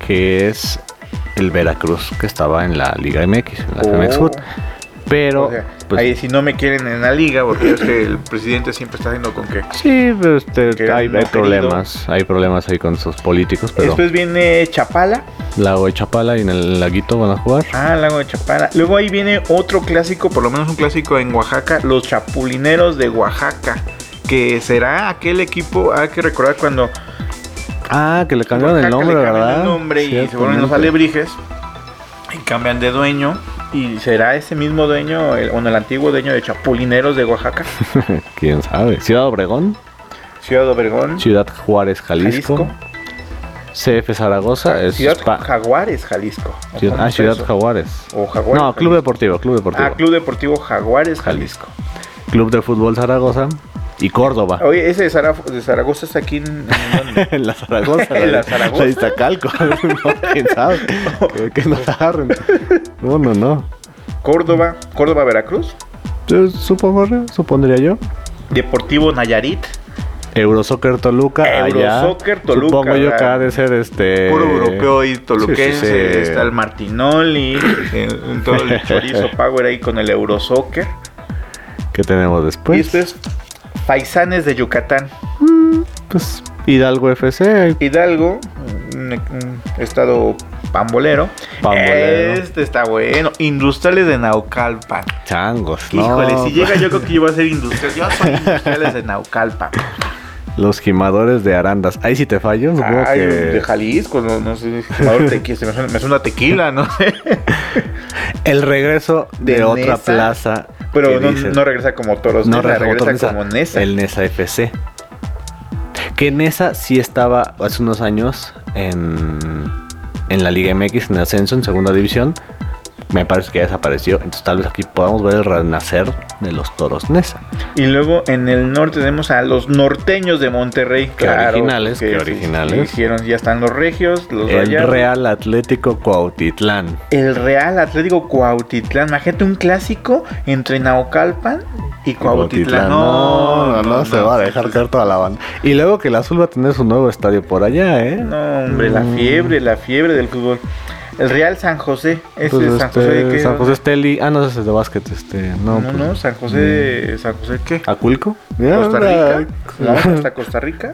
B: que es el Veracruz que estaba en la Liga MX, en la
A: Oh.
B: Femex Foot. Pero.
A: o sea,
B: pues,
A: ahí si no me quieren en la liga, porque es que el presidente siempre está haciendo con que.
B: Sí, pero, este,
A: Que
B: hay,
A: no
B: hay
A: querido.
B: problemas, hay problemas ahí con sus políticos, pero
A: Después viene Chapala.
B: Lago de Chapala y en el laguito van a jugar.
A: Ah, Lago de Chapala. Luego ahí viene otro clásico, por lo menos un clásico en Oaxaca, los Chapulineros de Oaxaca, que será aquel equipo, hay que recordar cuando
B: Ah, que le cambiaron
A: Oaxaca
B: el nombre,
A: le cambian
B: ¿verdad?
A: el nombre y se vuelven los
B: Ciertamente.
A: alebrijes y cambian de dueño y será ese mismo dueño, el, bueno, el antiguo dueño de Chapulineros de
B: (laughs)
A: Oaxaca,
B: ¿Quién sabe? Ciudad Obregón,
A: Ciudad Obregón,
B: Ciudad Juárez, Jalisco,
A: Jalisco.
B: CF Zaragoza, es
A: Ciudad
B: Spa-
A: Jaguares, Jalisco. ¿O
B: Ciudad-
A: cómo
B: ah,
A: es
B: Ciudad
A: eso?
B: Jaguares.
A: O Jaguares.
B: No, Club
A: Jalisco.
B: Deportivo, Club Deportivo.
A: Ah, Club Deportivo Jaguares, Jalisco.
B: Club de Fútbol Zaragoza y Córdoba.
A: Oye, ese de, Zaraf- de Zaragoza está aquí en, en (laughs) dónde?
B: (laughs) En la Zaragoza.
A: En la
B: la
A: Zaragoza.
B: La de Iztacalco. (laughs) no, quién
A: (laughs)
B: sabe. Que, que nos agarren. No, no, no.
A: Córdoba, Córdoba, Veracruz.
B: Yo supongo, supondría yo.
A: Deportivo Nayarit.
B: Eurosoccer Toluca. allá.
A: Eurosoccer Toluca,
B: Supongo yo
A: ¿verdad?
B: que ha de ser este.
A: Puro europeo y toluquense.
B: Sí, sí, sí.
A: Está el Martinoli. el- el- todo el chorizo
B: (laughs)
A: power ahí con el Eurosoccer.
B: ¿Qué tenemos
A: Y este?
B: después?
A: esto es Paisanes de Yucatán.
B: Pues Hidalgo FC.
A: Hidalgo, un, un estado pambolero.
B: Pambolero.
A: Este está bueno. Industriales de Naucalpan.
B: Changos. no. pues.
A: Híjole, si llega yo creo que yo voy a ser industrial. Yo soy industriales de Naucalpan.
B: Los gimadores de Arandas. Ahí sí te fallo. Supongo
A: Ay,
B: que.
A: de Jalisco, no, no sé. Ahora tequi- se me, suena, me suena tequila, no
B: (laughs)
A: sé.
B: El regreso de,
A: de
B: otra
A: Nesa,
B: plaza. que
A: Pero no,
B: dices-
A: no regresa como toros,
B: No,
A: Nesa,
B: Rafa
A: Pues regresa
B: Botornesa,
A: como Nesa.
B: El Nesa FC. Que Nesa sí estaba hace unos años en, en la Liga MX, en ascenso, en segunda división. me parece que ya desapareció. Entonces tal vez aquí podamos ver el renacer de los toros Nesa.
A: Y luego en el norte tenemos a los norteños de Monterrey.
B: Qué originales, qué
A: se-
B: originales.
A: se Hicieron, ya están los regios, los
B: El
A: rayados.
B: Real Atlético Cuautitlán.
A: El Real Atlético Cuautitlán. Imagínate un clásico entre Naucalpan y Cuautitlán.
B: No, no, no, se va a dejar
A: sí,
B: caer toda la banda. Y luego que el azul va a tener su nuevo estadio por allá, ¿eh?
A: No, hombre, la
B: Mm.
A: fiebre, la fiebre del fútbol. El Real San José, ese
B: Pues,
A: es San José de
B: este,
A: qué?
B: San José Steli. Ah, no, ese es el de básquet. Este, no,
A: No,
B: Ah, pues,
A: no, San José, de- San José qué?
B: ¿Aculco?
A: Costa Rica.
B: (laughs)
A: Vamos hasta Costa Rica.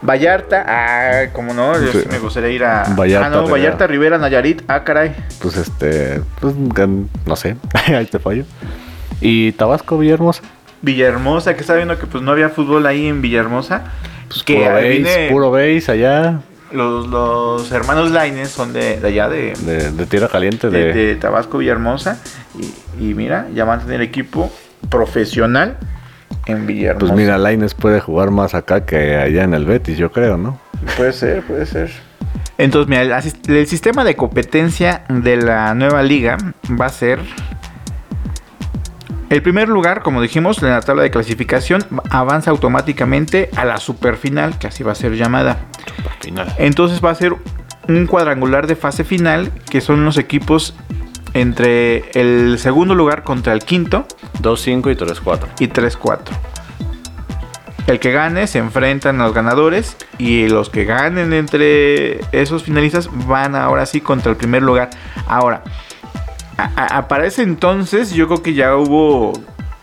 A: Vallarta, ah, como no, yo sí
B: Sí.
A: me gustaría ir a.
B: Vallarta,
A: ah, no,
B: Rivera.
A: Vallarta, Rivera, Nayarit, ah, caray.
B: Pues este, pues, gan- no sé, (laughs) ahí te fallo. Y Tabasco, Villahermosa.
A: Villahermosa, que estaba viendo que pues no había fútbol ahí en Villahermosa. Pues que
B: puro
A: ahí
B: base,
A: viene-
B: puro base allá,
A: Los, los hermanos Laines son de, de allá, de,
B: de, de tierra caliente.
A: de,
B: De,
A: de Tabasco, Villahermosa. Y, y mira, ya van a tener equipo profesional en Villahermosa.
B: pues mira, Laines puede jugar más acá que allá en el Betis, yo creo, ¿no?
A: Puede ser, puede ser. Entonces, mira, el, asis- el sistema de competencia de la nueva liga va a ser... El primer lugar, como dijimos, en la tabla de clasificación avanza automáticamente a la superfinal, que así va a ser llamada.
B: Eh,
A: Entonces va a ser un cuadrangular de fase final, que son los equipos entre el segundo lugar contra el quinto
B: 2-5 y 3-4.
A: y 3-4. El que gane se enfrentan a los ganadores y los que ganen entre esos finalistas van ahora sí contra el primer lugar. Ahora, a- a- a- para ese entonces yo creo que ya hubo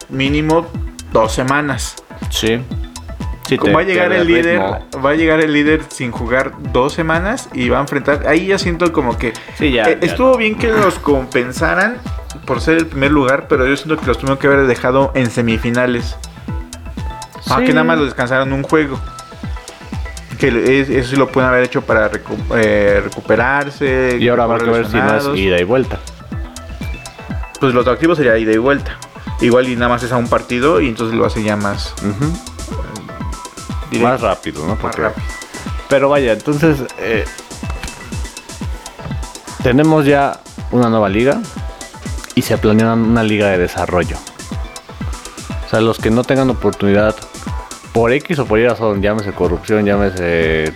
A: mínimo dos semanas.
B: Sí.
A: va a llegar el líder, va a llegar el líder sin jugar dos semanas y va a enfrentar. Ahí ya siento como que
B: Sí, ya.
A: eh, estuvo bien que los compensaran por ser el primer lugar, pero yo siento que los tuvieron que haber dejado en semifinales. Aunque nada más los descansaron un juego. Que le- es- eso sí lo pueden haber hecho para recu- eh, recuperarse.
B: Y ahora habrá que
A: correr
B: ver si no es
A: lesionados.
B: ida y vuelta.
A: Pues lo atractivo sería ida y vuelta. Igual y nada más es a un partido y entonces lo hace ya más
B: Más
A: directo,
B: rápido, ¿no?
A: más
B: Porque-
A: rápido.
B: Pero vaya, entonces eh, tenemos ya una nueva liga y se planea una liga de desarrollo. O sea, los que no tengan oportunidad por X o por Y razón, llámese corrupción, llámese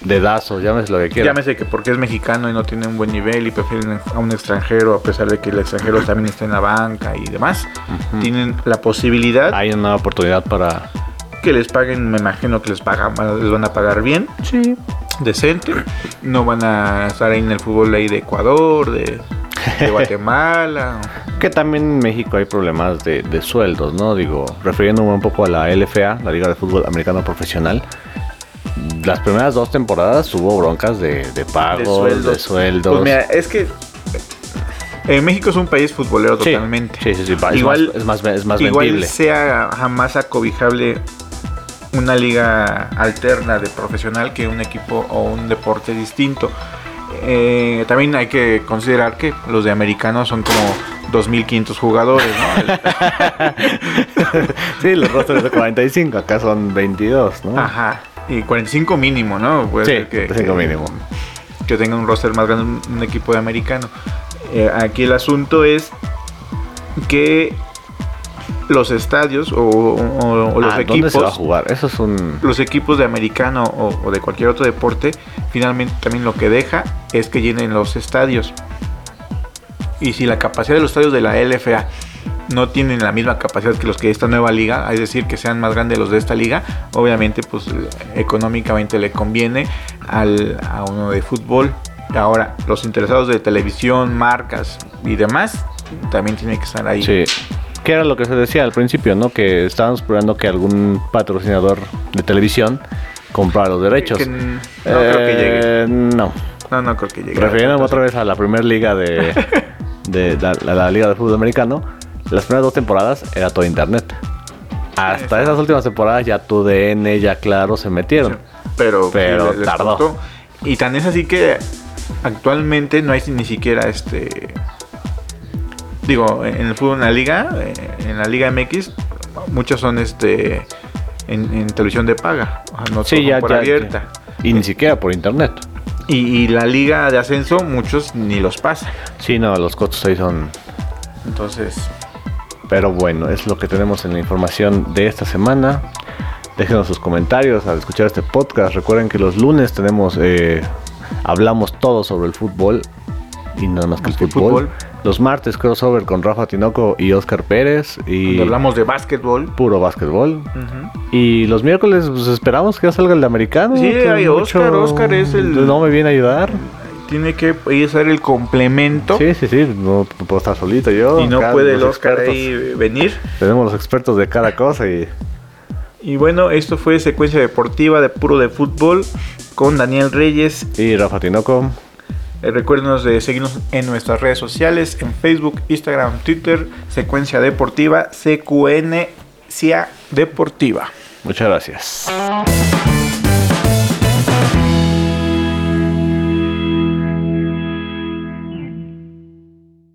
B: dedazo, llámese lo que quiera.
A: Llámese que porque es mexicano y no tiene un buen nivel y prefieren a un extranjero, a pesar de que el extranjero también está en la banca y demás, tienen la posibilidad
B: Hay una nueva oportunidad para...
A: que les paguen, me imagino que les, pagan, les van a pagar bien,
B: Sí.
A: decente, no van a estar ahí en el fútbol ahí de Ecuador, de,
B: (laughs)
A: de Guatemala.
B: Que también en México hay problemas de, de sueldos, ¿no? Digo, refiriéndome un poco a la LFA, la Liga de Fútbol Americano Profesional. Las primeras dos temporadas hubo broncas de, de pagos, de sueldos.
A: Pues mira, es que eh, México es un país futbolero
B: Sí,
A: totalmente.
B: Sí, sí, sí. va,
A: Igual-
B: es más, es más, es más
A: Igual
B: vendible.
A: sea jamás acobijable una liga alterna de profesional que un equipo o un deporte distinto. Eh, también hay que considerar que los de americanos son como 2.500 jugadores, ¿no?
B: (laughs)
A: El-
B: Sí, los rostros de 45, acá son 22, ¿no?
A: Ajá. Y 45 mínimo, ¿no? Puede
B: sí,
A: ser que,
B: cinco
A: que-
B: mínimo.
A: que tenga un roster más grande, un- un equipo de americano. Eh, aquí el asunto es que los estadios o, o- o los
B: Ah, ¿Dónde
A: equipos
B: se va a jugar? Eso es un...
A: los equipos de americano o, o de cualquier otro deporte, finalmente también lo que deja es que llenen los estadios. Y si la capacidad de los estadios de la LFA no tienen la misma capacidad que los que esta nueva liga, es decir, que sean más grandes los de esta liga, obviamente pues económicamente le conviene al, a uno de fútbol. Ahora, los interesados de televisión, marcas y demás, también tienen que estar ahí.
B: Sí. Que era lo que se decía al principio, ¿no? Que estábamos esperando que algún patrocinador de televisión comprara los derechos.
A: Que n- no creo que llegue.
B: Eh, No.
A: No, no creo que llegue.
B: Refiriéndome otra vez a la primera liga de, de la, la- la liga de fútbol americano, las primeras dos temporadas era todo internet. Hasta esas últimas temporadas ya tu DN, ya claro, se metieron.
A: pero,
B: Pero
A: sí, les
B: tardó.
A: costó. Y tan es así que actualmente no hay ni siquiera este. Digo, en el fútbol en la liga, eh, en la Liga MX, muchos son este en, en televisión de paga, o sea, no
B: Sí,
A: son
B: ya,
A: por
B: ya,
A: abierta.
B: ya. Y ni siquiera por internet.
A: Y, y la liga de ascenso, muchos ni los pasan.
B: Sí, no, los costos ahí son.
A: Entonces,
B: Pero bueno, es lo que tenemos en la información de esta semana. Déjenos sus comentarios al escuchar este podcast. Recuerden que los lunes tenemos. eh, hablamos todo sobre el fútbol. Y nada más que el
A: Más que el
B: fútbol.
A: fútbol.
B: Los martes crossover con Rafa Tinoco y Oscar Pérez. Y
A: donde hablamos de básquetbol.
B: puro básquetbol.
A: Ujú.
B: Y los miércoles pues, esperamos que ya salga el de americano.
A: Sí,
B: que
A: hay Oscar, Oscar es el-
B: No me viene a ayudar.
A: Tiene que ir a ser el complemento.
B: Sí, sí, sí, no puedo estar solito yo.
A: Y no
B: Acá
A: puede el
B: los
A: Oscar
B: expertos-
A: ahí venir.
B: Tenemos los expertos de cada cosa y
A: Y bueno, esto fue secuencia deportiva de puro de fútbol con Daniel Reyes.
B: Y Rafa Tinoco.
A: Eh, recuérdenos de seguirnos en nuestras redes sociales, en Facebook, Instagram, Twitter, secuencia deportiva, CQN, Cia Deportiva.
B: Muchas gracias.